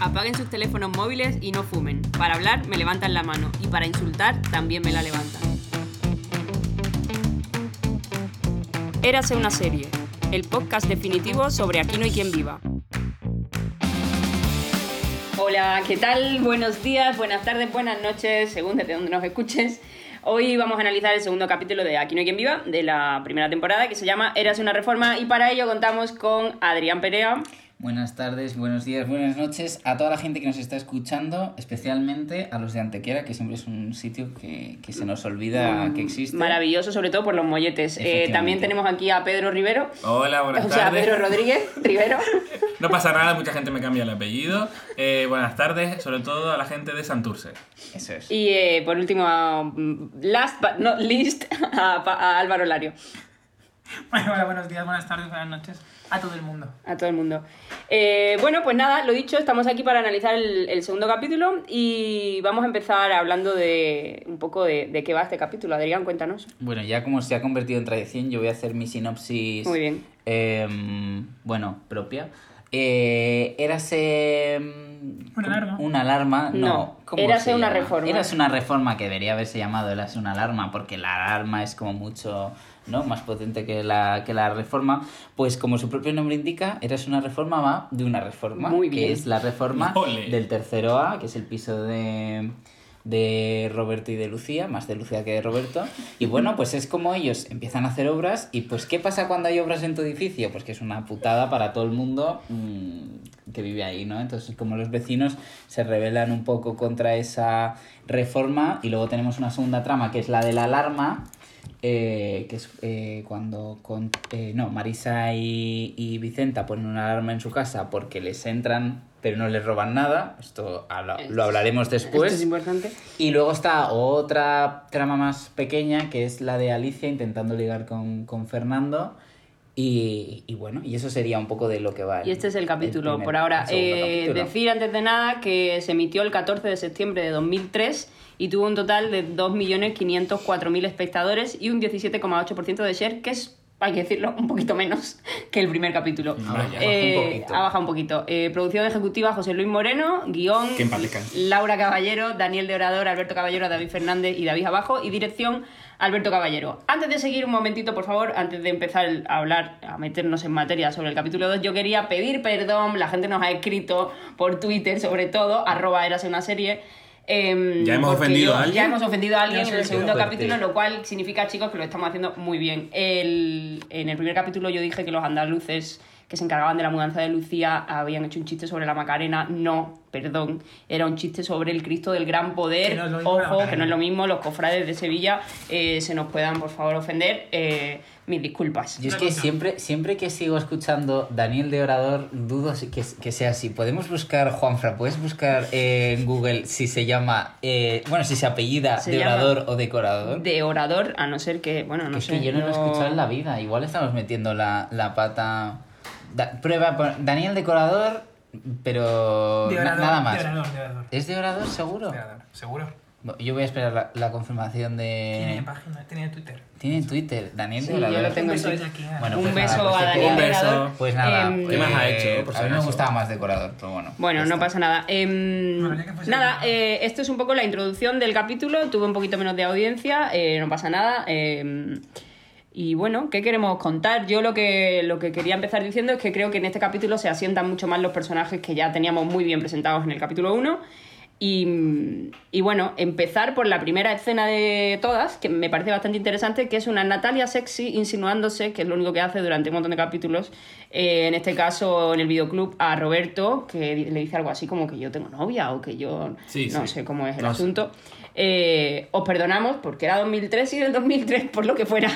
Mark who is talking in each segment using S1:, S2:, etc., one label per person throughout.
S1: apaguen sus teléfonos móviles y no fumen. Para hablar me levantan la mano y para insultar también me la levantan. Érase una serie, el podcast definitivo sobre Aquí no hay quien viva. Hola, ¿qué tal? Buenos días, buenas tardes, buenas noches, según desde donde nos escuches. Hoy vamos a analizar el segundo capítulo de Aquí no hay quien viva, de la primera temporada, que se llama Eras una reforma, y para ello contamos con Adrián Perea.
S2: Buenas tardes, buenos días, buenas noches a toda la gente que nos está escuchando, especialmente a los de Antequera, que siempre es un sitio que, que se nos olvida que existe.
S1: Maravilloso, sobre todo por los molletes. Eh,
S2: Efectivamente.
S1: también tenemos aquí a Pedro Rivero.
S3: Hola, buenas
S1: o sea,
S3: tardes.
S1: Pedro Rodríguez Rivero.
S3: No pasa nada, mucha gente me cambia el apellido. Eh, buenas tardes, sobre todo a la gente de Santurce.
S2: Eso es.
S1: Y eh, por último, a, mm, last but not least, a, Pa- a Álvaro Lario.
S4: Bueno, hola, buenos días, buenas tardes, buenas noches a todo el mundo.
S1: A todo el mundo. Eh, bueno, pues nada, lo dicho, estamos aquí para analizar el, el segundo capítulo y vamos a empezar hablando de un poco de, de qué va este capítulo. Adrián, cuéntanos.
S2: Bueno, ya como se ha convertido en tradición, yo voy a hacer mi sinopsis.
S1: Muy bien.
S2: em, bueno, propia. Eh, érase. em,
S4: Una alarma.
S2: Una alarma, no.
S1: No,
S2: ¿cómo
S1: érase
S2: se
S1: una
S2: llama?
S1: reforma.
S2: Érase una reforma que debería haberse llamado Érase una alarma, porque la alarma es como mucho no más potente que la, que la reforma. Pues como su propio nombre indica, Érase una reforma va de una reforma.
S1: Muy bien.
S2: Que es la reforma
S3: Ole.
S2: del tercero A, que es el piso de de Roberto y de Lucía, más de Lucía que de Roberto. Y bueno, pues es como ellos empiezan a hacer obras y pues ¿qué pasa cuando hay obras en tu edificio? Pues que es una putada para todo el mundo mm, que vive ahí, ¿no? Entonces como los vecinos se rebelan un poco contra esa reforma y luego tenemos una segunda trama que es la de la alarma. eh, que es eh, cuando con, eh, no Marisa y, y Vicenta ponen una alarma en su casa porque les entran pero no les roban nada esto habla- lo hablaremos después
S1: Esto es importante.
S2: y luego está otra trama más pequeña, que es la de Alicia intentando ligar con, con Fernando. Y, y bueno, y eso sería un poco de lo que va. el-
S1: Y este es el capítulo
S2: primer-
S1: por ahora.
S2: el segundo
S1: Eh,
S2: capítulo.
S1: Decir antes de nada que se emitió el 14 de septiembre de 2003 y tuvo un total de 2.504.000 espectadores y un 17,8% de share, que es, hay que decirlo, un poquito menos que el primer capítulo.
S3: Vaya.
S1: Eh,
S2: un poquito.
S1: ha bajado un poquito. Eh, producción ejecutiva José Luis Moreno, guión
S3: Que en paz descanse.
S1: Laura Caballero, Daniel de Orador, Alberto Caballero, David Fernández y David Abajo y dirección Alberto Caballero. Antes de seguir un momentito, por favor, antes de empezar a hablar, a meternos en materia sobre el capítulo 2, yo quería pedir perdón, la gente nos ha escrito por Twitter sobre todo, arroba eras una serie. em,
S3: ¿Ya hemos
S1: porque
S3: ofendido
S1: yo-
S3: a alguien?
S1: Ya hemos ofendido a alguien
S2: Ya
S1: en el
S2: sé,
S1: segundo
S2: fuerte.
S1: capítulo, lo cual significa, chicos, que lo estamos haciendo muy bien. El- en el primer capítulo yo dije que los andaluces que se encargaban de la mudanza de Lucía habían hecho un chiste sobre la Macarena. No, perdón. Era un chiste sobre el Cristo del Gran Poder.
S4: Que no es lo mismo la
S1: Ojo, que no
S4: Macarena.
S1: es lo mismo. Los cofrades de Sevilla eh, se nos puedan, por favor, ofender. Eh, mis disculpas.
S2: Yo es que siempre, siempre que sigo escuchando Daniel de Orador, dudo si- que, que sea así. Podemos buscar, Juanfra, puedes buscar eh, en Google si se llama, eh, bueno, si se apellida
S1: Se
S2: de
S1: llama
S2: Orador o decorador.
S1: De orador, a no ser que, bueno, no
S2: es
S1: sé.
S2: que yo no, lo he escuchado en la vida. Igual estamos metiendo la, la pata. Da- prueba, por- Daniel Decorador, pero
S4: De
S2: na-
S4: orador,
S2: nada más.
S4: De orador, de orador.
S2: ¿Es de orador seguro?
S4: De orador, seguro.
S2: Bueno, Yo voy a esperar la, la confirmación
S4: Tiene
S2: de.
S4: página, tiene Twitter.
S2: Tiene Twitter, Daniel
S1: Sí,
S2: de Orador.
S1: yo lo tengo en
S4: beso
S1: Twitter.
S4: desde aquí, ¿eh?
S2: Bueno,
S1: Un
S2: pues nada,
S1: beso
S2: pues
S1: a
S2: te
S1: Daniel de
S2: queda-
S3: Un beso.
S1: Orador.
S2: Pues nada,
S1: Em,
S3: ¿Qué más ha hecho, por si
S2: a mí me
S3: acaso?
S2: gustaba más decorador, pero bueno.
S1: Bueno,
S2: ya
S1: no
S2: está.
S1: pasa nada. Em,
S4: No, habría que fuese
S1: nada,
S4: nada.
S1: eh, esto es un poco la introducción del capítulo. Tuve un poquito menos de audiencia, eh, no pasa nada. em, y bueno, ¿qué queremos contar? Yo lo que, lo que quería empezar diciendo es que creo que en este capítulo se asientan mucho más los personajes que ya teníamos muy bien presentados en el capítulo 1. Y, y bueno, empezar por la primera escena de todas, que me parece bastante interesante, que es una Natalia sexy insinuándose, que es lo único que hace durante un montón de capítulos, eh, en este caso en el videoclub, a Roberto, que di- le dice algo así como que yo tengo novia o que yo
S3: Sí,
S1: no
S3: sí.
S1: sé cómo es el
S3: No sé.
S1: asunto. Eh, os perdonamos porque era 2003 y del 2003, por lo que fuera,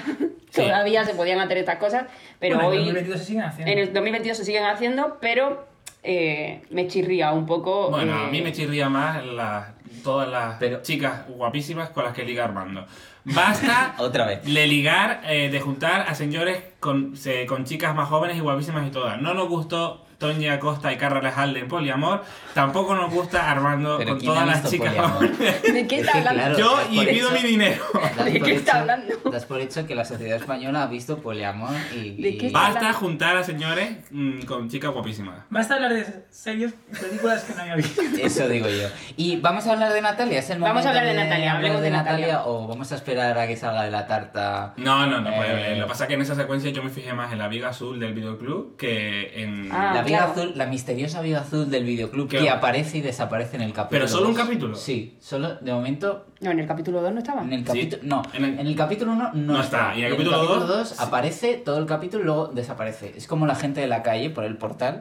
S3: Sí.
S1: todavía se podían hacer estas cosas, pero
S4: Bueno, en
S1: hoy
S4: 2022 se siguen haciendo.
S1: en el 2022 se siguen haciendo, pero eh, me chirría un poco.
S3: Bueno,
S1: eh,
S3: a mí me chirría más las- todas las
S2: Pero-
S3: chicas guapísimas con las que liga Armando. Basta
S5: Otra vez.
S3: de ligar, eh, de juntar a señores con, se- con chicas más jóvenes y guapísimas y todas. No nos gustó Toña Acosta y Carla Lejalde en Poliamor. Tampoco nos gusta Armando
S5: Pero
S3: con
S5: ¿quién
S3: todas
S5: ha
S3: las
S5: visto
S3: chicas
S5: Poliamor?
S3: jóvenes.
S1: ¿De qué
S2: Es
S1: está
S2: que,
S1: hablando?
S2: claro,
S3: Yo
S2: das
S3: y
S2: por
S3: pido
S2: hecho-
S3: mi dinero.
S1: ¿De
S2: das por
S1: qué está
S2: hecho-
S1: hablando?
S2: Das por hecho que la sociedad española ha visto poliamor y...
S1: ¿De qué
S2: y-
S1: está
S3: Basta juntar a señores mm, con chicas guapísimas.
S4: Basta hablar de series y películas que no había visto.
S2: Eso digo yo. Y vamos a hablar de Natalia, es el momento.
S1: Vamos a hablar de Natalia, hablemos de Natalia.
S2: O vamos a esperar a que salga de la tarta.
S3: No, no, no
S2: Eh,
S3: puede haber. Lo que pasa es que en esa secuencia yo me fijé más en la viga azul del videoclub que en...
S1: Ah,
S2: la viga
S1: claro.
S2: azul, la misteriosa viga azul del videoclub
S3: ¿Qué?
S2: que aparece y desaparece en el capítulo.
S3: ¿Pero solo un
S2: dos.
S3: capítulo?
S2: Sí, solo de momento
S1: No, en el capítulo 2 no estaba.
S2: en el capítulo no,
S3: En
S2: en
S3: el-
S2: el, capítulo 1 no,
S3: No está. Y en el capítulo dos, sí.
S2: aparece todo el capítulo y luego desaparece. Es como la gente de la calle por el portal.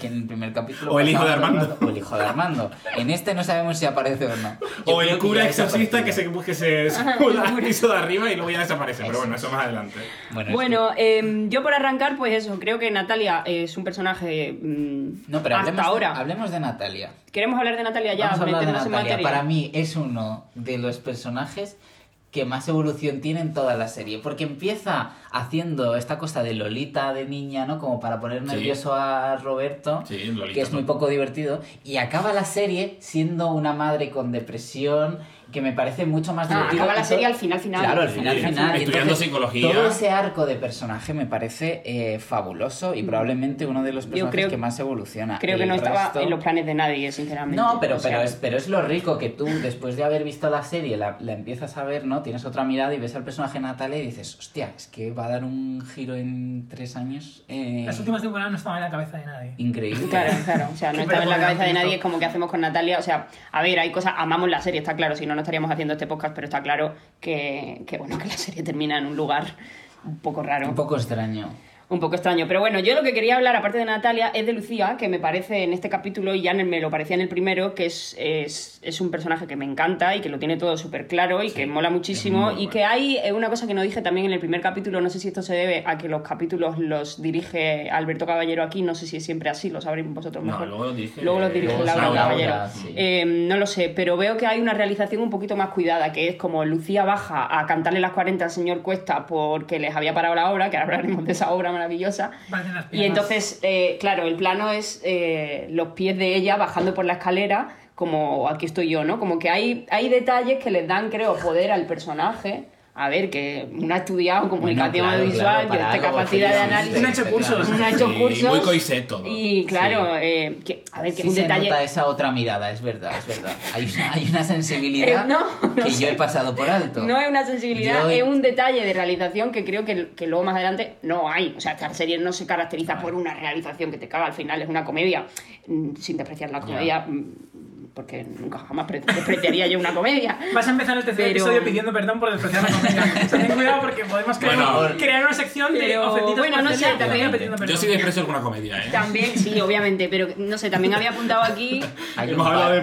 S2: Que en el primer capítulo.
S3: O el hijo
S2: pasaba
S3: de
S2: todo
S3: Armando.
S2: rato- O el hijo de Armando. En este no sabemos si aparece o no. Yo
S3: O
S2: creo
S3: el
S2: que
S3: cura
S2: ya
S3: exorcista
S2: desapareció.
S3: que se, que se muda al piso de arriba y luego ya desaparece. Pero bueno, eso más adelante.
S2: Bueno,
S1: Bueno, eh, yo por arrancar, pues eso, creo que Natalia es un personaje mm,
S2: No, pero hablemos,
S1: hasta ahora.
S2: De, hablemos de Natalia.
S1: Queremos hablar de Natalia ya,
S2: Vamos a hablar de
S1: meternos en
S2: Natalia.
S1: materia.
S2: Para mí es uno de los personajes que más evolución tiene en toda la serie. Porque empieza haciendo esta cosa de Lolita de niña, ¿no? Como para poner
S3: Sí.
S2: nervioso a Roberto.
S3: Sí, Lolita.
S2: que es muy
S3: ¿no?
S2: poco divertido. Y acaba la serie siendo una madre con depresión, que me parece mucho más
S1: Ah,
S2: divertido.
S1: acaba la
S2: Y
S1: serie
S2: todo-
S1: al final, final.
S2: Claro, al
S3: Sí,
S2: final,
S3: sí.
S2: final. Y
S3: Estudiando psicología.
S2: Todo ese arco de personaje me parece eh, fabuloso y probablemente uno de los personajes
S1: Mm. creo-
S2: que más evoluciona.
S1: Creo que
S2: El
S1: no estaba
S2: resto-
S1: en los planes de nadie, sinceramente.
S2: no, pero,
S1: O sea,
S2: pero, es, pero es lo rico que tú, después de haber visto la serie, la, la empiezas a ver, ¿no? Tienes otra mirada y ves al personaje Natalia y dices, hostia, es que va a dar un giro en tres años eh,
S4: Las últimas temporadas no estaban en la cabeza de nadie.
S2: increíble.
S1: Claro, claro. O sea, no
S4: Qué
S1: estaba en la
S4: vergüenza,
S1: cabeza de
S4: Cristo.
S1: nadie, es como que hacemos con Natalia. O sea, a ver, hay cosas, amamos la serie, está claro, si no, no estaríamos haciendo este podcast, pero está claro que, que, bueno, que la serie termina en un lugar un poco raro.
S2: Un poco extraño.
S1: un poco extraño. Pero bueno, yo lo que quería hablar, aparte de Natalia, es de Lucía, que me parece en este capítulo, y ya en el- me lo parecía en el primero, que es, es, es un personaje que me encanta y que lo tiene todo súper claro y que mola muchísimo.
S3: es muy
S1: Y que hay eh, una cosa que no dije también en el primer capítulo, no sé si esto se debe a que los capítulos los dirige Alberto Caballero aquí, no sé si es siempre así, lo sabréis vosotros
S3: No,
S1: mejor.
S3: luego lo dirige-
S1: Luego los dirige
S2: luego
S1: Laura,
S2: Laura,
S1: Caballero.
S2: sí.
S1: Eh, no lo sé, pero veo que hay una realización un poquito más cuidada, que es como Lucía baja a cantarle las 40 al señor Cuesta porque les había parado la obra, que ahora hablaremos de esa obra maravillosa.
S4: Parecen las
S1: Y
S4: piernas.
S1: entonces, eh, claro, el plano es eh, los pies de ella bajando por la escalera, como aquí estoy yo, ¿no? Como que hay, hay detalles que les dan, creo, poder al personaje. A ver, que uno ha estudiado comunicación
S2: claro,
S1: audiovisual,
S2: claro, para
S1: yo esta
S2: algo,
S1: capacidad
S2: sí,
S1: de
S2: sí, sí,
S1: análisis.
S4: Un hecho
S2: sí,
S4: curso.
S2: claro.
S1: Uno ha hecho
S3: Sí,
S1: cursos.
S3: muy coisé todo.
S1: Y claro, eh, que, a ver, que
S2: Sí
S1: un
S2: se
S1: detalle.
S2: nota esa otra mirada, es verdad, es verdad. Hay una, hay una sensibilidad
S1: Eh, no, no
S2: que
S1: sé.
S2: yo he pasado por alto.
S1: No es una sensibilidad,
S2: Yo-
S1: es un detalle de realización que creo que, que luego más adelante no hay. O sea, esta serie no se caracteriza por una realización que te caga. Al final es una comedia, mm, sin despreciar la comedia, mm, porque nunca jamás pre- despreciaría yo una comedia.
S4: Vas a empezar el tercer
S1: Pero-
S4: episodio pidiendo perdón por despreciar la comedia. O sea, ten cuidado porque podemos crear,
S3: Bueno.
S4: crear una sección de
S1: Pero,
S4: ofendidos
S1: bueno,
S4: por
S1: no sé,
S4: serie
S1: también-
S4: pidiendo perdón.
S3: Yo sí desprecio alguna comedia, ¿eh?
S1: También, sí, obviamente, pero no sé, también había apuntado aquí
S2: Hay
S3: Hemos
S2: un
S3: hablado
S2: par.
S3: de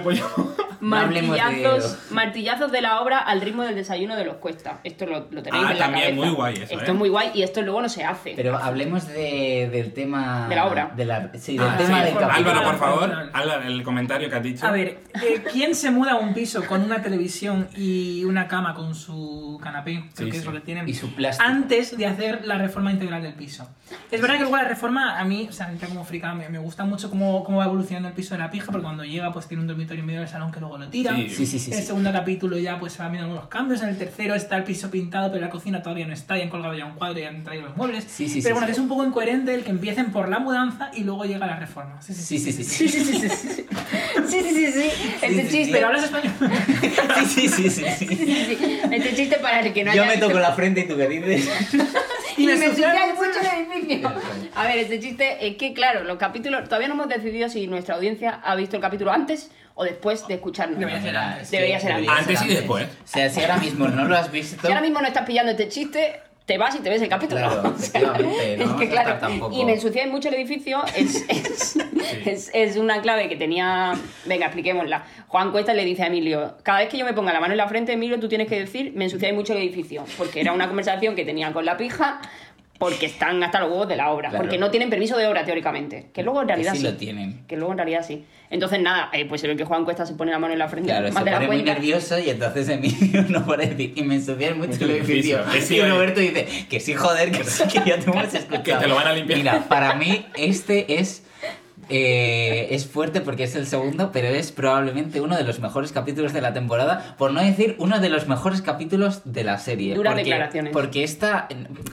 S3: Poliamor.
S2: No hablemos de-
S1: martillazos, martillazos de la obra al ritmo del desayuno de los Cuesta. Esto lo, lo tenéis
S3: Ah,
S1: en la
S3: también,
S1: cabeza.
S3: muy guay eso,
S1: Esto
S3: ¿eh?
S1: es muy guay y esto luego no se hace.
S2: Pero hablemos de- del tema...
S1: De la obra.
S2: de la- sí, del
S3: Ah,
S2: tema
S3: sí.
S2: del
S4: forma.
S2: capítulo.
S3: Álvaro, por favor, Álvaro, el comentario que has dicho.
S4: A ver, eh, ¿quién se muda a un piso con una televisión y una cama con su canapé? Creo
S3: Sí,
S4: que es
S3: sí.
S4: lo que tienen.
S2: Y su plástico.
S4: antes de hacer la reforma integral del piso. Es verdad que luego la reforma, a mí, o sea, entra como fricada, me, me gusta mucho cómo, cómo va evolucionando el piso de la pija, porque cuando llega, pues tiene un dormitorio en medio del salón que luego lo tira.
S3: Sí.
S2: Sí, sí, sí.
S4: En el
S2: sí.
S4: segundo capítulo ya pues se van viendo algunos cambios. En el tercero está el piso pintado, pero la cocina todavía no está. Y han colgado ya un cuadro y han traído los muebles.
S2: Sí, sí,
S4: pero
S2: sí,
S4: bueno,
S2: sí.
S4: que es un poco incoherente el que empiecen por la mudanza y luego llega la reforma. Sí, sí, sí.
S2: Sí, sí, sí, sí.
S1: Sí, sí, sí, sí, sí. Sí, sí, sí, sí. Este
S2: sí, sí.
S1: chiste.
S4: Pero hablas español.
S2: Sí, sí, sí, sí, sí.
S1: Sí, sí, sí. Este chiste para el que no
S2: Yo
S1: haya
S2: me toco
S1: visto-
S2: la frente y tú qué dices.
S1: Y me
S4: sucede
S1: sucede
S4: mucho.
S1: mucho el edificio. A ver, este chiste es que, claro, los capítulos... Todavía no hemos decidido si nuestra audiencia ha visto el capítulo antes o después de escucharnos.
S4: Debería ser
S2: Mira,
S4: antes.
S2: es que
S1: Debería ser
S2: debería
S3: antes. Antes y después.
S2: O sea, si ahora mismo no lo has visto...
S1: Si ahora mismo no estás pillando este chiste, te vas y te ves el capítulo.
S2: Claro,
S1: O sea,
S2: efectivamente, no
S1: es
S2: vamos
S1: que
S2: a estar
S1: claro,
S2: tampoco.
S1: Y me ensuciáis mucho el edificio. Es, es, es- es una clave que tenía. Venga, expliquémosla. Juan Cuesta le dice a Emilio: Cada vez que yo me ponga la mano en la frente, Emilio, tú tienes que decir, me ensuciáis mucho el edificio. Porque era una conversación que tenía con la pija. porque están hasta los huevos de la obra,
S2: Claro.
S1: porque no tienen permiso de obra teóricamente, que luego en
S2: Que
S1: realidad
S2: sí
S1: sí.
S2: lo tienen.
S1: Que luego en realidad sí. Entonces, nada, eh, pues se ve que Juan Cuesta se pone la mano en la frente
S2: Claro,
S1: más
S2: se
S1: de la
S2: pone muy
S1: cuenta.
S2: nervioso y entonces Emilio no para decir, y me ensucian mucho el edificio.
S3: Que sí,
S2: Y
S3: oye.
S2: Roberto dice, que sí, joder, que, sí, que ya te hemos escuchado.
S3: Que te lo van a limpiar.
S2: Mira, para mí este es... eh, es fuerte porque es el segundo, pero es probablemente uno de los mejores capítulos de la temporada, por no decir uno de los mejores capítulos de la serie.
S1: Duras
S2: porque,
S1: declaraciones.
S2: Porque esta,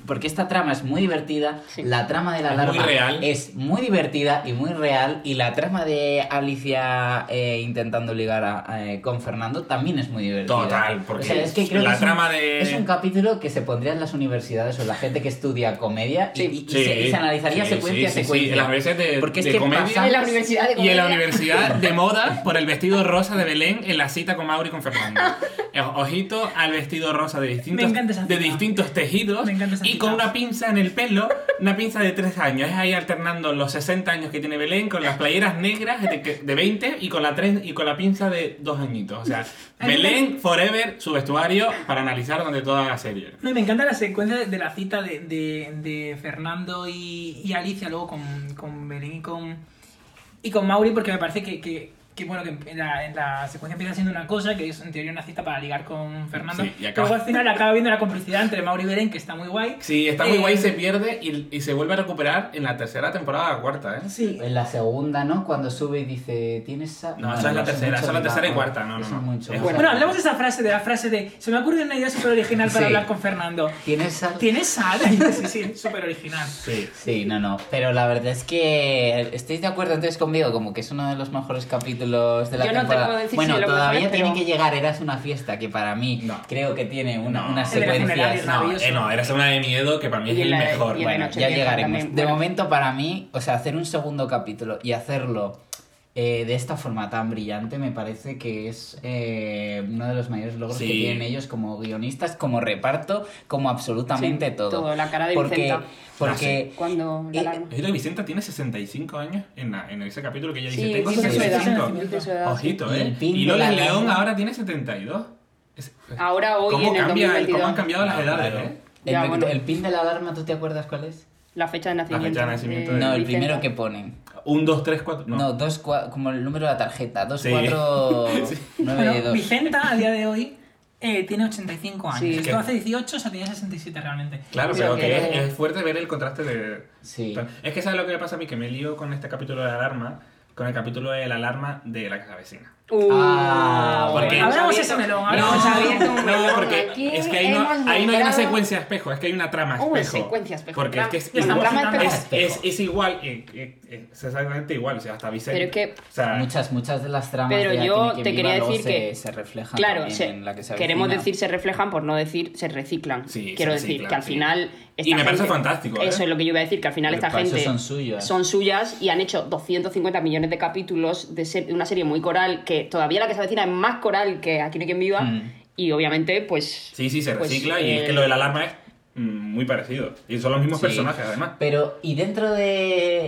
S2: porque esta trama es muy divertida,
S1: Sí.
S2: la trama de la
S3: Es muy
S2: alarma
S3: real.
S2: es muy divertida y muy real y la trama de Alicia eh, intentando ligar a- eh, con Fernando también es muy divertida.
S3: Total, porque
S2: O sea, es que creo
S3: la
S2: que es un-
S3: trama de...
S2: Es un capítulo que se pondría en las universidades o la gente que estudia comedia y,
S1: Sí.
S2: y- y se, y se analizaría
S3: sí,
S2: secuencia
S3: sí, sí,
S2: a
S3: sí,
S2: secuencia.
S3: en las veces de,
S2: Porque es
S3: de
S2: que
S3: comedia
S2: pasa-
S1: En la universidad de
S3: y en la
S1: Comedia.
S3: universidad de moda por el vestido rosa de Belén en la cita con Mauri y con Fernando. O- Ojito al vestido rosa de
S4: Me
S3: distintos,
S4: encanta esa
S3: de
S4: cita.
S3: distintos tejidos
S4: Me encanta esa
S3: y
S4: cita.
S3: con una pinza en el pelo, una pinza de 3 años. Es ahí alternando los 60 años que tiene Belén con las playeras negras de, que- de 20 y con, la tres- y con la pinza de 2 añitos. O sea,
S4: A mí me-
S3: Belén Forever, su vestuario para analizar durante toda la serie.
S4: No, y me encanta la secuencia de la cita de, de- de Fernando y, y Alicia, luego con, con Belén y con, y con Mauri, porque me parece que, que- que, bueno, que en la, en la secuencia empieza siendo una cosa, que es en teoría una cita para ligar con Fernando.
S3: Sí, y acaba-
S4: Luego al final acaba viendo la complicidad entre Mauri y Belén, que está muy guay.
S3: Sí, está muy
S4: Eh,
S3: guay, se pierde y, y se vuelve a recuperar en la tercera temporada, cuarta, ¿eh?
S4: Sí,
S2: En la segunda, ¿no? Cuando sube y dice, ¿tienes a...
S3: No, esa es la tercera, esa es la tercera y cuarta, no, no, no. Es
S2: Bueno,
S3: buena.
S4: Bueno, hablamos de esa frase, de la frase de se me ha ocurrido una idea súper original para
S2: Sí.
S4: hablar con Fernando.
S2: ¿Tienes sal?
S4: ¿Tienes sal? sí, sí, súper original.
S3: Sí.
S2: Sí, no, no. Pero la verdad es que estáis de acuerdo entonces conmigo, como que es uno de los mejores capítulos de la
S1: Yo no te
S2: temporada.
S1: puedo decir
S2: bueno,
S1: si lo
S2: todavía
S1: mejor,
S2: tiene
S1: pero-
S2: que llegar Eras una fiesta, que para mí
S3: No.
S2: creo que tiene una,
S3: No.
S2: unas
S4: El de la funeraria,
S2: secuencias.
S4: ¿no?
S3: No,
S4: Maravilloso.
S3: eh, no, era una de miedo que para mí es
S1: Y
S3: el
S1: la-
S3: mejor.
S1: y la-
S3: Bueno,
S1: noche
S2: ya
S1: vieja
S2: llegaremos.
S1: también,
S2: de
S1: bueno.
S2: momento, para mí, o sea, hacer un segundo capítulo y hacerlo eh, de esta forma tan brillante me parece que es eh, uno de los mayores logros
S3: Sí.
S2: que tienen ellos como guionistas, como reparto, como absolutamente
S1: Sí,
S2: todo.
S1: todo, la cara de
S2: porque,
S1: Vicenta.
S2: porque
S1: Cuando la
S2: Eh,
S1: alarma.
S3: Ojito que Vicenta tiene 65 años en, la- en ese capítulo que ella dice,
S1: Sí,
S3: tengo
S1: dice su edad,
S3: 65.
S1: dice su edad.
S3: Ojito,
S2: Y el
S3: ¿eh?
S2: pin
S3: Y
S2: de la
S3: Lola León
S2: alarma.
S3: ahora tiene 72. Es-
S1: Ahora, hoy,
S3: ¿Cómo
S1: Ah, en el
S3: cambia-
S1: 2022.
S3: ¿Cómo han cambiado las edades, eh?
S2: El,
S1: Ya,
S2: rec-
S1: bueno.
S2: el pin de la alarma, ¿tú te acuerdas cuál es?
S1: La fecha de
S3: fecha de
S1: nacimiento.
S3: nacimiento de-
S2: No, el
S1: Vicenta.
S2: primero que ponen.
S3: Un, dos, tres, cuatro.
S2: No,
S3: No.
S2: dos, cua- como el número de la tarjeta. 2,
S3: Sí.
S2: 4,
S4: Bueno,
S2: 9, 2.
S4: Vicenta a día de hoy eh, tiene 85 años.
S1: Sí.
S4: Esto
S1: Es
S3: que-
S4: hace 18, o sea, tenía 67 realmente.
S3: Claro,
S1: Creo
S3: pero que
S1: que-
S3: es, es fuerte ver el contraste de...
S2: Sí.
S3: Es que ¿sabes lo que me pasa a mí? Que me lío con este capítulo de la alarma, con el capítulo de la alarma de la casa vecina.
S1: Uh,
S2: Ah,
S1: bueno.
S3: porque-
S4: Hablamos ese melón, hablamos
S1: Hemos
S4: ese
S1: abierto un
S3: no,
S1: melón aquí,
S3: porque es que ahí no,
S1: hemos
S3: ahí no hay una
S1: logrado-
S3: secuencia espejo, es que hay una trama
S1: Uh,
S3: espejo.
S1: secuencia espejo.
S3: Porque es
S1: Trama-
S3: que es,
S1: Una
S3: igual-
S1: trama
S4: Estamos-
S1: espejo.
S3: es, es, es igual, eh, eh, eh, es exactamente igual, o sea, hasta Vicente.
S1: Pero es que-
S3: o sea,
S2: Muchas, muchas de las tramas
S1: Pedro,
S2: de Aquí
S1: yo
S2: ni quien
S1: te
S2: viva
S1: quería
S2: luego
S1: decir
S2: se-
S1: que-
S2: se reflejan
S1: Claro,
S2: también
S1: se-
S2: en la que se
S1: queremos
S2: avecina.
S1: decir se reflejan por no decir se reciclan.
S3: Sí,
S1: Quiero
S3: se
S1: decir
S3: reciclan,
S1: que al
S3: sí.
S1: final. esta
S3: Y me parece
S1: gente-
S3: fantástico, ¿eh?
S1: Eso es lo que yo iba a decir, que al final
S2: Pero
S1: esta
S2: para eso
S1: gente.
S2: son suyas.
S1: Son suyas y han hecho 250 millones de capítulos de, ser- de una serie muy coral que todavía la que se avecina es más coral que Aquí no hay quien viva.
S2: Mm.
S1: Y obviamente, pues.
S3: Sí, sí, se
S1: pues,
S3: recicla y es
S1: eh,
S3: que lo de la alarma es mm, muy parecido. Y son los mismos
S2: Sí.
S3: personajes, además.
S2: Pero, y dentro del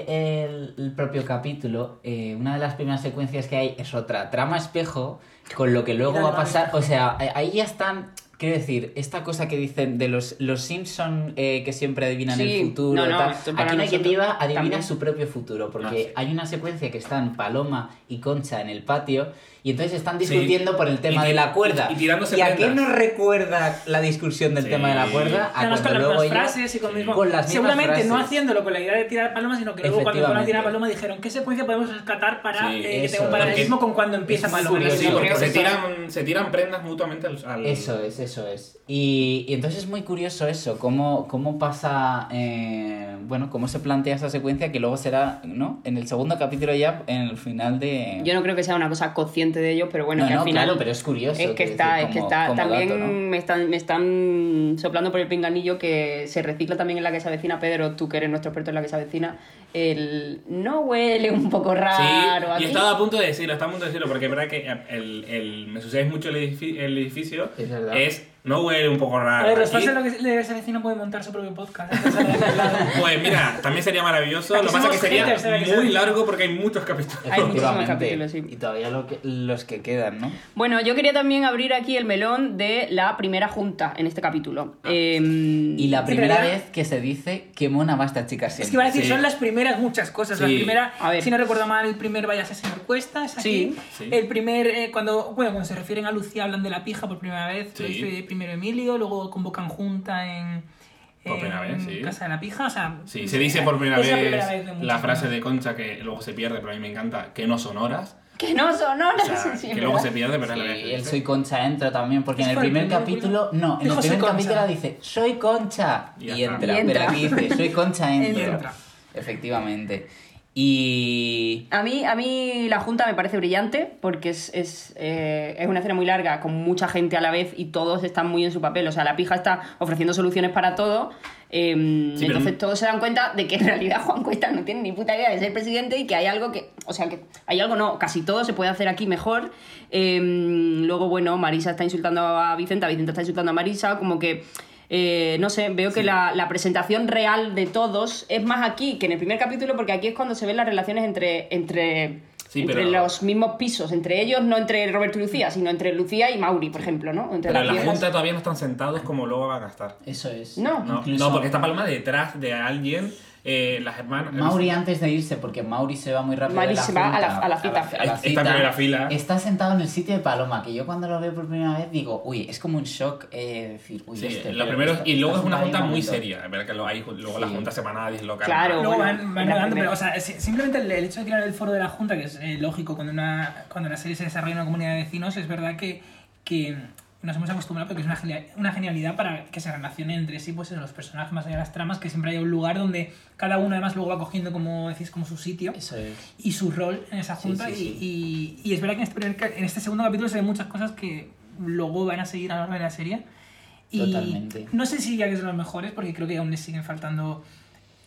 S2: de el- el propio capítulo, eh, una de las primeras secuencias que hay es otra trama espejo, con lo que luego va a pasar. O sea, eh, ahí ya están. Quiero decir, esta cosa que dicen de los, los Simpson eh, que siempre adivinan
S1: Sí,
S2: el futuro.
S1: no, no,
S2: tal.
S1: esto para
S2: Aquí no hay quien
S1: nosotros
S2: viva adivina
S1: también.
S2: su propio futuro, porque
S3: Ah, sí.
S2: hay una secuencia que están Paloma y Concha en el patio y entonces están discutiendo por el tema
S3: Y ti-
S2: de la cuerda.
S3: y- y tirándose
S2: a qué
S3: prendas.
S2: nos recuerda la discusión del
S3: Sí.
S2: tema de la cuerda? A
S4: Además,
S2: Ah, cuando
S4: con las
S2: luego
S4: mismas
S2: ellos-
S4: frases y con, el mismo-
S2: Con las mismas
S4: Seguramente no
S2: frases.
S4: haciéndolo con la idea de tirar palomas, sino que luego cuando fueron a tirar
S2: Efectivamente.
S4: paloma dijeron ¿qué secuencia podemos rescatar para
S3: Sí,
S4: eh, que
S2: eso,
S4: tenga un
S2: porque-
S4: paralelismo con cuando empieza
S2: es
S4: paloma?
S2: curioso,
S3: Sí, porque
S1: creo
S3: se
S1: que sí.
S3: tiran, se tiran prendas mutuamente al. al-
S2: Eso es, eso es. Y, y entonces es muy curioso eso, cómo, cómo pasa, eh, bueno, cómo se plantea esa secuencia que luego será, ¿no? En el segundo capítulo ya, en el final de...
S1: Yo no creo que sea una cosa consciente de ellos, pero bueno,
S2: No,
S1: que al
S2: no,
S1: final.
S2: claro, pero es curioso,
S1: Es que
S2: quiero
S1: está,
S2: decir,
S1: es que
S2: como-
S1: está.
S2: como
S1: también
S2: dato, ¿no?
S1: me, están, me están soplando por el pinganillo que se recicla también en la que se avecina, Pedro, tú que eres nuestro experto en la que se avecina. El no huele un poco
S3: Sí,
S1: raro
S3: y
S1: aquí.
S3: estaba a punto de decirlo, estaba a punto de decirlo, porque es verdad que el, el- me sucede mucho el, edifi- el edificio.
S2: Es verdad.
S3: Es No huele un poco
S4: A
S3: raro.
S4: ver,
S3: aquí?
S4: respuesta es lo que le- ese vecino puede montar su propio podcast. ¿eh? Entonces, al lado.
S3: Pues mira, también sería maravilloso.
S4: Aquí
S3: Lo que pasa es que
S4: somos
S3: sería
S4: haters, ¿sabes?
S3: muy largo porque hay muchos capítulos.
S1: Hay muchísimos
S2: Efectivamente.
S1: capítulos, sí.
S2: Y todavía lo que- los que quedan, ¿no?
S1: Bueno, yo quería también abrir aquí el melón de la primera junta en este capítulo. Em,
S2: Y la
S4: Sí,
S2: primera
S4: ¿verdad?
S2: vez que se dice que mona va esta chica siempre.
S4: Es que van a decir,
S3: Sí.
S4: son las primeras muchas cosas. La
S3: Sí.
S4: primera,
S1: A ver.
S4: si no recuerdo mal, el primer vayas a señor Cuesta es aquí.
S1: Sí.
S3: Sí.
S4: El primer, eh, cuando, bueno, cuando se refieren a Lucía hablan de la pija por primera vez,
S3: Sí.
S4: lo dice primero Emilio, luego convocan junta en,
S3: Por primera
S4: en
S3: vez, sí.
S4: Casa de la Pija. O sea, eh,
S3: Sí, se dice por primera
S4: es
S3: vez
S4: la primera vez
S3: la
S4: de muchas
S3: frase
S4: cosas.
S3: de Concha que luego se pierde, pero a mí me encanta, que no son horas.
S1: Que no son horas,
S3: O sea,
S1: sí,
S3: que
S1: ¿verdad?
S3: luego se pierde, pero es la ¿eh? primera vez
S2: Sí,
S3: que
S2: el
S3: dice.
S2: soy concha entra también, porque en
S4: ¿Ese
S2: el
S4: fue el
S2: primer
S4: primer
S2: capítulo, no, en el
S4: Dijo, "Soy
S2: primer
S4: concha".
S2: capítulo dice, soy concha,
S3: Y
S2: y,
S3: ya está.
S2: entra,
S1: Y entra.
S2: pero aquí dice, soy concha, entra.
S4: Entra.
S2: Efectivamente. Y...
S1: A mí, a mí la junta me parece brillante porque es, es, eh, es una escena muy larga, con mucha gente a la vez y todos están muy en su papel. O sea, la pija está ofreciendo soluciones para todo. em,
S3: Sí, pero
S1: entonces
S3: no-
S1: todos se dan cuenta de que en realidad Juan Cuesta no tiene ni puta idea de ser presidente y que hay algo que. O sea, que hay algo no, casi todo se puede hacer aquí mejor. Em, luego, bueno, Marisa está insultando a Vicenta, Vicenta está insultando a Marisa, como que. eh, no sé, veo que la, la presentación real de todos es más aquí que en el primer capítulo, porque aquí es cuando se ven las relaciones entre, entre,
S3: Sí,
S1: entre
S3: pero-
S1: los mismos pisos, entre ellos, no entre Roberto y Lucía, sino entre Lucía y Mauri, por ejemplo, ¿no? Entre
S3: Pero
S1: las
S3: en la
S1: viejas.
S3: junta todavía no están sentados como luego van a estar.
S2: Eso es.
S1: No.
S3: No,
S2: Incluso-
S3: no, porque está Palma detrás de alguien, eh, las hermanas.
S2: Mauri antes de irse, porque Mauri se va muy rápido.
S1: Mauri
S2: de la
S1: se va a la-
S2: junta,
S1: a la cita.
S3: Está en primera fila.
S2: Está sentado en el sitio de Paloma, que yo cuando lo veo por primera vez digo, uy, es como un shock. Eh, decir, uy,
S3: Sí,
S2: este,
S3: lo
S2: pero
S3: primero,
S2: está-
S3: y luego
S2: está
S3: es una
S2: sentado
S3: junta
S2: ahí un
S3: muy
S2: momento.
S3: seria. Es verdad que luego, hay- luego la
S2: Sí.
S3: junta se van a dislocar.
S1: Claro.
S4: Luego
S1: Bueno,
S4: van, van
S1: la
S4: mudando,
S1: primera.
S4: pero o sea, si- simplemente el, el hecho de crear el foro de la Junta, que es eh, lógico cuando una, cuando la serie se desarrolla en una comunidad de vecinos, es verdad que, que nos hemos acostumbrado porque es una, genia- una genialidad para que se relacione entre sí pues, los personajes más allá de las tramas, que siempre hay un lugar donde cada uno además luego va cogiendo, como decís, como su sitio
S2: Eso es.
S4: y su rol en esa junta.
S2: sí,
S4: y- Y, y es verdad que en este, primer ca- en este segundo capítulo se ven muchas cosas que luego van a seguir a lo largo de la serie. Y
S2: Totalmente.
S4: no sé si ya que es de los mejores, porque creo que aún les siguen faltando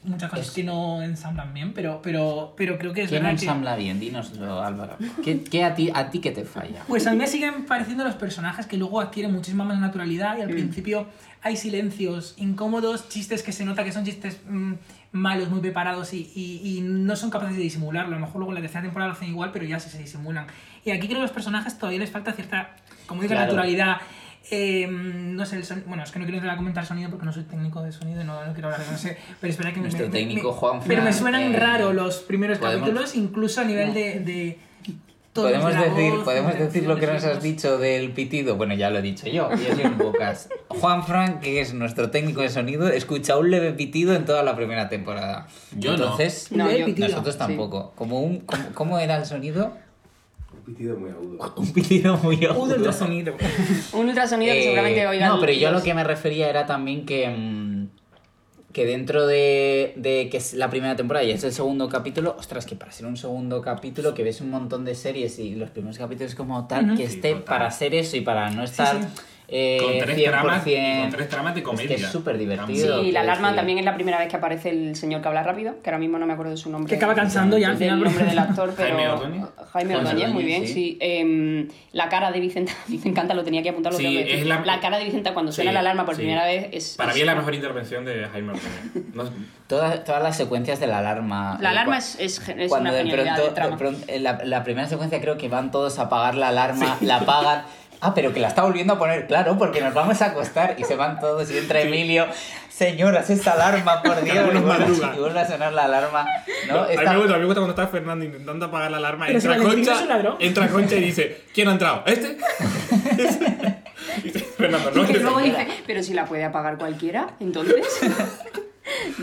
S4: muchas cosas
S2: Es-
S4: que no ensamblan bien, pero, pero, pero creo que es
S2: ¿Quién
S4: verdad que-
S2: ensambla bien? Dinoslo, Álvaro. ¿Qué, qué a, ti, a ti que te falla?
S4: Pues a mí me siguen pareciendo los personajes que luego adquieren muchísima más naturalidad
S2: Mm.
S4: y al principio hay silencios incómodos, chistes que se nota que son chistes mm, malos, muy preparados y, y- y no son capaces de disimularlo. A lo mejor luego en la tercera temporada lo hacen igual, pero ya sí se disimulan. Y aquí creo que los personajes todavía les falta cierta, como digo,
S2: Claro.
S4: naturalidad. Eh, no sé, el son- bueno, es que no quiero entrar a comentar sonido porque no soy técnico de sonido, no, no quiero hablar de no sé, pero espera que me-
S2: Nuestro
S4: me-
S2: técnico
S4: me-
S2: Juan
S4: Pero me
S2: Fran,
S4: suenan
S2: eh,
S4: raro los primeros
S2: podemos-
S4: capítulos, incluso a nivel de- de tonos
S2: Podemos
S4: de la
S2: decir,
S4: voz,
S2: podemos decir lo que nos has
S4: intenciones.
S2: dicho del pitido. Bueno, ya lo he dicho yo. Yo soy un bocas. Juan Frank, que es nuestro técnico de sonido, escucha un leve pitido en toda la primera temporada.
S3: Yo no.
S2: Entonces,
S1: No,
S4: Leve
S1: yo-
S4: pitido.
S2: nosotros tampoco. Como un, como- ¿Cómo era el sonido?
S5: Un pitido muy agudo.
S2: Un pitido muy agudo.
S4: Un ultrasonido.
S1: Un ultrasonido que
S2: Eh,
S1: seguramente oigan.
S2: No, pero yo a lo
S1: los-
S2: que me refería era también que. mm, que dentro de, de que es la primera temporada y es el segundo capítulo, ostras, que para ser un segundo capítulo, que ves un montón de series y los primeros capítulos como tal,
S4: Ujú.
S2: que
S3: Sí,
S2: esté
S3: total.
S2: para ser eso y para no estar
S4: sí.
S2: eh,
S3: Con tres, tramas, con tres tramas de
S2: es
S3: comedia.
S2: que es súper
S1: Sí,
S2: divertido.
S1: la
S2: quiero
S1: alarma
S2: decir.
S1: también es la primera vez que aparece el señor que habla rápido, que ahora mismo no me acuerdo de su nombre.
S4: Que acaba cansando ya al
S1: del
S4: final,
S1: nombre
S4: porque-
S1: del actor, pero...
S3: Jaime Ordóñez.
S1: Jaime Ordóñez, muy bien,
S2: sí.
S1: sí. Em, la cara de Vicenta, me encanta, lo tenía que apuntar, lo
S3: Sí,
S1: tengo que decir.
S3: es la-
S1: cara de Vicenta cuando suena
S3: Sí,
S1: la alarma por
S3: sí.
S1: primera vez es...
S3: Para
S1: es-
S3: mí es la mejor intervención de Jaime Ortega. No,
S2: Todas, todas las secuencias de la alarma.
S1: La
S2: eh,
S1: alarma
S2: cua-
S1: es, es, es
S2: cuando
S1: una
S2: de
S1: genialidad
S2: pronto,
S1: de trama.
S2: de pronto- en la, la primera secuencia creo que van todos a apagar la alarma, la apagan. Ah, pero que la está volviendo a poner, claro, porque nos vamos a acostar y se van todos y entra Emilio. Señoras, esta alarma, por Dios.
S6: Algunos
S2: Y vuelve,
S6: madrugan.
S2: a- y vuelve a sonar la alarma. ¿no?
S6: No,
S2: Esta-
S6: A, mí me gusta, a mí me gusta cuando está Fernando intentando apagar la alarma.
S4: Pero
S6: entra,
S4: si Valentín
S6: concha,
S4: es un ladrón.
S6: entra Concha y dice: ¿Quién ha entrado? ¿Este? Y dice, Fernando, no
S1: Y que
S6: este.
S1: luego dice, pero si la puede apagar cualquiera, entonces...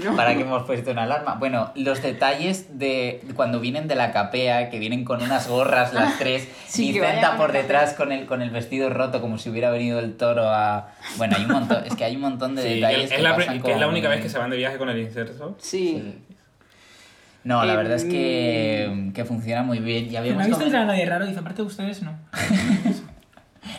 S1: no.
S2: ¿Para qué hemos puesto una alarma? Bueno, los detalles de cuando vienen de la capea, que vienen con unas gorras las tres,
S1: Ah, Sí, que vayan
S2: Vicenta
S1: con
S2: por
S1: el
S2: detrás con el, con el vestido roto, como si hubiera venido el toro a. Bueno, hay un montón, es que hay un montón de
S3: sí,
S2: detalles.
S3: es, la,
S2: que
S3: pre-
S2: pasan
S3: que es la
S2: con-
S3: única vez que se van de viaje con el inserto.
S1: Sí.
S2: No, la
S1: Eh,
S2: verdad es que, que funciona muy bien. Ya
S4: ¿No
S2: habíamos
S4: habéis visto
S2: comentado
S4: entrar a nadie raro? Dice, aparte de ustedes, no.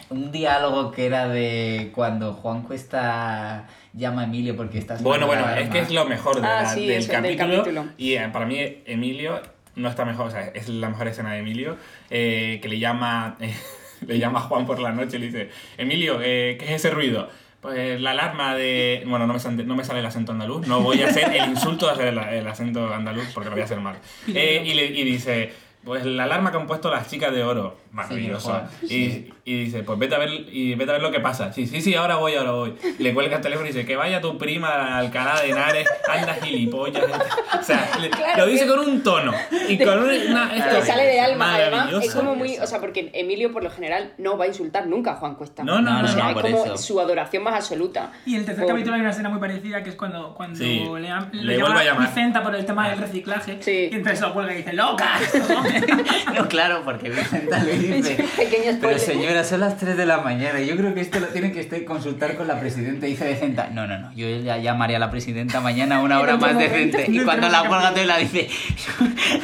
S2: un diálogo que era de cuando Juan Cuesta llama a Emilio porque estás.
S3: Bueno, bueno, es que es lo mejor de
S1: Ah,
S3: la-
S1: sí,
S3: del,
S1: eso, del
S3: capítulo,
S1: capítulo.
S3: Y eh, para mí, Emilio no está mejor, o sea, es la mejor escena de Emilio, eh, que le llama. le llama a Juan por la noche y le dice, Emilio, eh, ¿qué es ese ruido? Pues la alarma de... Bueno, no me, sale, no me sale el acento andaluz, no voy a hacer el insulto de hacer el, el acento andaluz porque lo voy a hacer mal. Eh, y, le- y dice, pues la alarma que han puesto las chicas de oro. Maravilloso.
S2: Sí,
S3: y, y dice, pues vete a, ver, y vete a ver lo que pasa. Sí, sí, sí, ahora voy, ahora voy. Le cuelga el teléfono y dice, que vaya tu prima al Alcalá de Henares, anda gilipollas. O sea, le-
S1: Claro
S3: lo dice
S1: que-
S3: con un tono y con una...
S1: Te sale de alma, además.
S3: Maravilloso.
S1: Es como muy. O sea, porque Emilio, por lo general, no va a insultar nunca a Juan Cuesta.
S3: No, no,
S2: No,
S1: O
S2: no,
S1: sea,
S2: no,
S1: es
S2: por
S1: como
S2: eso.
S1: su adoración más absoluta.
S4: Y en el tercer
S1: Por-
S4: capítulo hay una escena muy parecida que es cuando, cuando
S3: Sí,
S4: le, am-
S3: le
S4: le
S3: vuelve
S4: llama
S3: a llamar.
S4: Vicenta por el tema del reciclaje.
S1: Sí.
S4: Y entonces lo cuelga y dice, ¡loca!
S2: No, claro, porque Vicenta le dice.
S1: Pequeño spoiler.
S2: Pero señora, son las 3 de la mañana. Yo creo que esto lo tiene que usted consultar con la presidenta. Dice Vicenta, no, no, no. Yo ya llamaré a la presidenta mañana a una hora más decente. Y cuando la cuelga te la dice,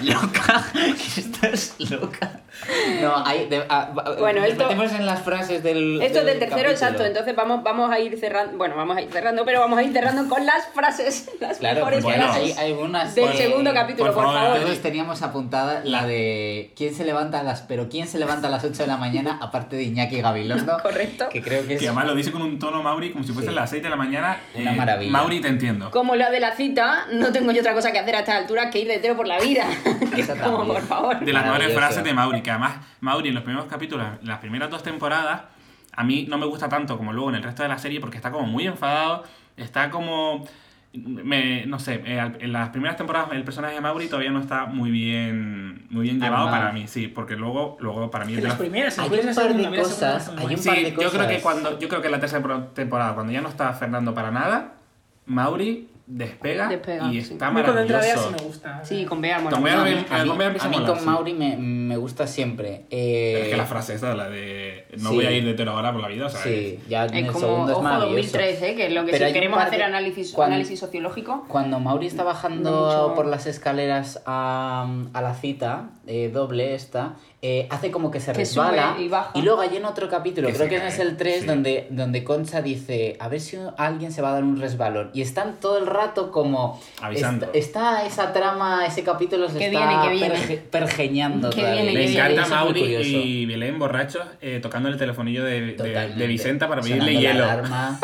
S2: loca, estás loca. No, hay. de- ah, va-
S1: Bueno,
S2: nos
S1: esto-
S2: metemos en las frases del.
S1: Esto es del tercero,
S2: capítulo.
S1: exacto. Entonces vamos, vamos a ir cerrando. Bueno, vamos a ir cerrando, pero vamos a ir cerrando con las frases. Las
S2: Claro,
S1: mejores
S2: porque
S3: bueno.
S2: hay
S1: frases.
S2: hay algunas.
S1: Del
S2: que-
S1: segundo capítulo,
S3: por
S1: por,
S3: favor,
S1: favor.
S2: Todos teníamos apuntada la de quién se levanta a las pero quién se levanta a las 8 de la mañana aparte de Iñaki Gabilondo.
S1: Correcto.
S2: Que creo que es
S3: Que además lo dice con un tono Mauri como si fuese
S2: Sí.
S3: las 6 de la mañana. Eh,
S2: Una maravilla.
S3: Mauri, te entiendo.
S1: Como la de la cita, no tengo yo otra cosa que hacer a esta altura que ir de tero por la vida.
S2: Esa
S1: Como,
S2: también.
S1: por favor.
S3: De las mejores
S2: Maravilloso.
S3: frases de Mauri, que además Mauri en los primeros capítulos, en las primeras dos temporadas, a mí no me gusta tanto como luego en el resto de la serie porque está como muy enfadado, está como... me- no sé, eh, al- en las primeras temporadas el personaje de Mauri todavía no está muy bien muy bien llevado
S2: Armado.
S3: para mí, sí, porque luego, luego para mí...
S4: En
S3: el
S4: las
S3: tema-
S4: primeras,
S2: Hay
S4: en las
S2: un
S4: primeras,
S2: par de
S4: en las primeras,
S2: cosas,
S4: en las
S2: hay
S4: primeras.
S2: un
S3: Sí,
S2: par de
S3: yo creo que
S2: cosas.
S3: cuando yo creo que en la tercera pro- temporada cuando ya no está Fernando para nada, Mauri despega,
S1: Despega,
S3: y
S1: sí.
S3: está
S4: A mí cuando entra Bea
S3: maravilloso.
S4: sí me gusta.
S1: Sí, con Bea Mora.
S3: Con Bea
S2: No,
S3: Mora.
S2: a mí,
S3: con Bea empieza
S2: a mí
S3: a molar,
S2: con
S3: sí.
S2: Mauri me, me gusta siempre. Eh,
S3: Es que la frase esa, la de no
S2: Sí.
S3: voy a ir de tero ahora por la vida, o sea,
S2: Sí, ya en
S1: Es
S2: el
S1: como
S2: segundo es
S1: Ojo
S2: maravilloso.
S1: 2013, que es lo que
S2: Pero
S1: si
S2: hay un
S1: queremos
S2: par de-
S1: hacer análisis,
S2: cuan-
S1: análisis sociológico.
S2: Cuando Mauri está
S1: No
S2: bajando
S1: mucho.
S2: por las escaleras a, a la cita, eh, doble esta, eh, hace como que se
S1: Que
S2: resbala.
S1: sube y baja.
S2: luego hay en otro capítulo,
S3: Que
S2: creo
S3: se
S2: que
S3: cae,
S2: es el 3,
S3: sí.
S2: donde, donde Concha dice, a ver si alguien se va a dar un resbalón. Y están todo el rato como...
S3: Avisando.
S2: est- está esa trama, ese capítulo se
S1: Que
S2: está
S1: viene, que viene.
S2: perge- pergeñando.
S1: Que
S2: todavía.
S1: viene,
S3: Me
S1: que viene.
S2: Eso
S3: encanta
S2: es muy
S3: Mauri
S2: curioso.
S3: y Belén borrachos eh, tocando el telefonillo de, de,
S2: Totalmente.
S3: de Vicenta para pedirle
S2: Sonando la
S3: hielo.
S2: alarma.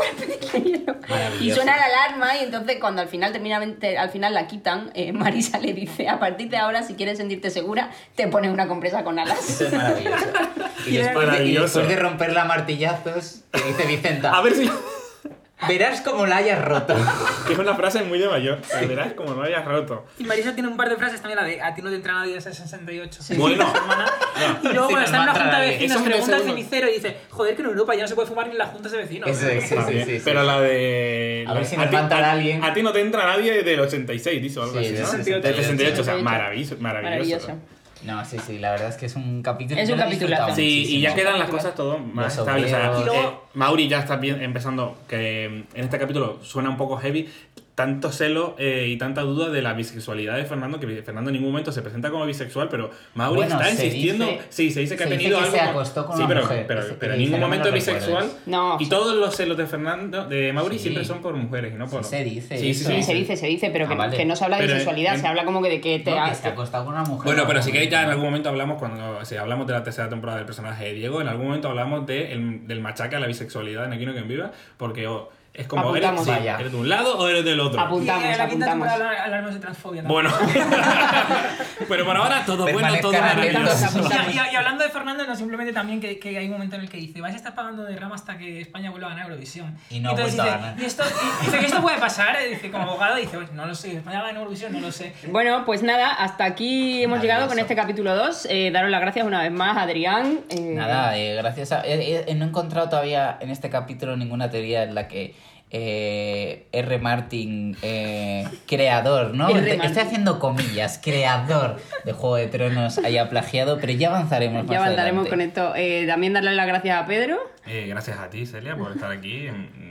S1: Y
S2: Maravilloso.
S1: suena la alarma y entonces cuando al final termina al final la quitan, eh, Marisa le dice, a partir de ahora si quieres sentirte segura, te pones una compresa con alas.
S2: Eso es maravilloso. Y después,
S4: Es
S2: de, y
S3: maravilloso.
S2: después de romperla a martillazos, te dice Vicenta,
S3: A ver si.
S2: verás como la hayas roto.
S3: que es una frase muy de mayor. La verás como no hayas roto.
S4: Y Marisa tiene un par de frases también, la de a ti no te entra nadie desde 68.
S3: Bueno.
S4: Hermana. Y luego
S2: Sí,
S4: cuando
S2: nos
S4: está
S2: va a
S4: en una
S2: entrar
S4: junta de
S2: nadie.
S4: vecinos,
S3: Eso es
S4: pregunta al
S3: segundo.
S4: cenicero y dice, joder, que en Europa ya no se puede fumar ni en las juntas de vecinos.
S2: Eso es, sí,
S3: Está
S2: sí,
S3: bien.
S2: sí. sí.
S3: Pero la de.
S2: A ver si
S3: me
S2: nos va a entrar alguien.
S3: A ti no te entra nadie del 86, dice o algo
S2: Sí,
S3: así,
S2: del
S3: ¿no?
S2: 68.
S3: Del 68, o sea,
S1: 68.
S3: maravilloso. maravilloso.
S1: Maravilloso.
S2: No, sí, sí, la verdad es que es un capítulo.
S1: Es
S2: yo
S1: un
S2: lo he
S1: capitulazo.
S2: disfrutado
S3: Sí, y ya
S2: muchísimo.
S3: quedan las cosas todo más
S2: Los
S3: estables. O sea,
S2: obreros.
S3: eh,
S4: Y luego-
S3: Mauri ya está bien empezando, que mm, en este capítulo suena un poco heavy, tanto celo eh, y tanta duda de la bisexualidad de Fernando, que Fernando en ningún momento se presenta como bisexual, pero Mauri
S2: Bueno,
S3: está
S2: se
S3: insistiendo,
S2: dice-
S3: sí, se dice que ha
S2: se dice
S3: tenido
S2: que
S3: algo...
S2: se
S3: con-
S2: acostó con
S3: sí,
S2: una
S3: pero,
S2: mujer,
S3: pero,
S2: ese que
S3: pero en
S2: dice,
S3: ningún
S2: no me lo
S3: momento
S2: recuerdes.
S3: bisexual.
S1: No.
S3: Y todos los celos de Fernando, de Mauri,
S2: Sí.
S3: siempre son por mujeres y no por...
S2: Sí, se dice
S3: Sí, sí,
S2: eso.
S3: sí.
S1: se dice, se dice, pero
S2: Ah,
S1: que,
S2: vale.
S1: que no se habla de
S3: Pero,
S1: sexualidad,
S3: eh,
S1: se habla como que de que te
S2: No, que
S1: has-
S2: se ha acostado con una mujer.
S3: Bueno, pero si queréis ya en algún momento hablamos, cuando si hablamos de la tercera temporada del personaje de Diego, en algún momento hablamos de el- del machaque a la bisexualidad en Aquino Quien Viva, porque o es como eres,
S1: Apuntamos.
S3: sí,
S2: Vaya.
S3: eres de un lado o eres del otro.
S1: Apu-
S4: Y en la
S1: Apuntamos,
S4: quinta
S1: apuntamos.
S4: temporada hablamos de transfobia. ¿no?
S3: bueno, pero por ahora todo
S2: Pues
S3: bueno, todo
S2: Permanezcan atentos.
S3: maravilloso.
S4: Y, y- y hablando de Fernando, no simplemente también que, que hay un momento en el que dice, vais a estar pagando de rama hasta que España vuelva a ganar Eurovisión.
S2: Y no ha
S4: Entonces
S2: vuelto a
S4: dice,
S2: ganar.
S4: "¿Y esto, y- dice que esto puede pasar, Eh, dice como abogado, dice, "Pues no lo sé, España gana Eurovisión, no lo sé.
S1: Bueno, pues nada, hasta aquí hemos llegado con
S2: Maravilloso.
S1: este capítulo 2. daros las gracias una vez más, Adrián. Eh,
S2: Nada, eh, gracias a. eh, eh, no he encontrado todavía en este capítulo ninguna teoría en la que. eh, R. Martin, eh, creador, ¿no?
S1: R.
S2: Te-
S1: Martin.
S2: Estoy haciendo comillas, creador de Juego de Tronos haya plagiado, pero ya avanzaremos más
S1: Ya avanzaremos
S2: adelante.
S1: con esto. Eh, también darle las gracias a Pedro.
S3: Eh, gracias a ti, Celia, por estar aquí. en-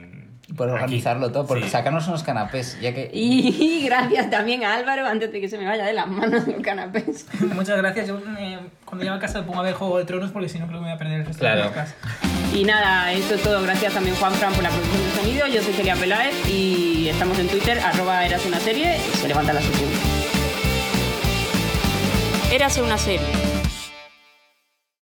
S2: Y por
S3: aquí.
S2: organizarlo todo, por
S3: Sí.
S2: sacarnos unos canapés, ya que...
S1: Y gracias también a Álvaro, antes de que se me vaya de las manos los canapés.
S4: Muchas gracias, yo eh, cuando llego a casa pongo a ver Juego de Tronos porque si no creo que me voy a perder el resto
S2: Claro.
S4: de podcast.
S1: Y nada, esto es todo. Gracias también Juan Fran por la producción de sonido. Yo soy Celia Peláez y estamos en Twitter, arroba Eras una serie. Se levanta la sesión. Érase una serie.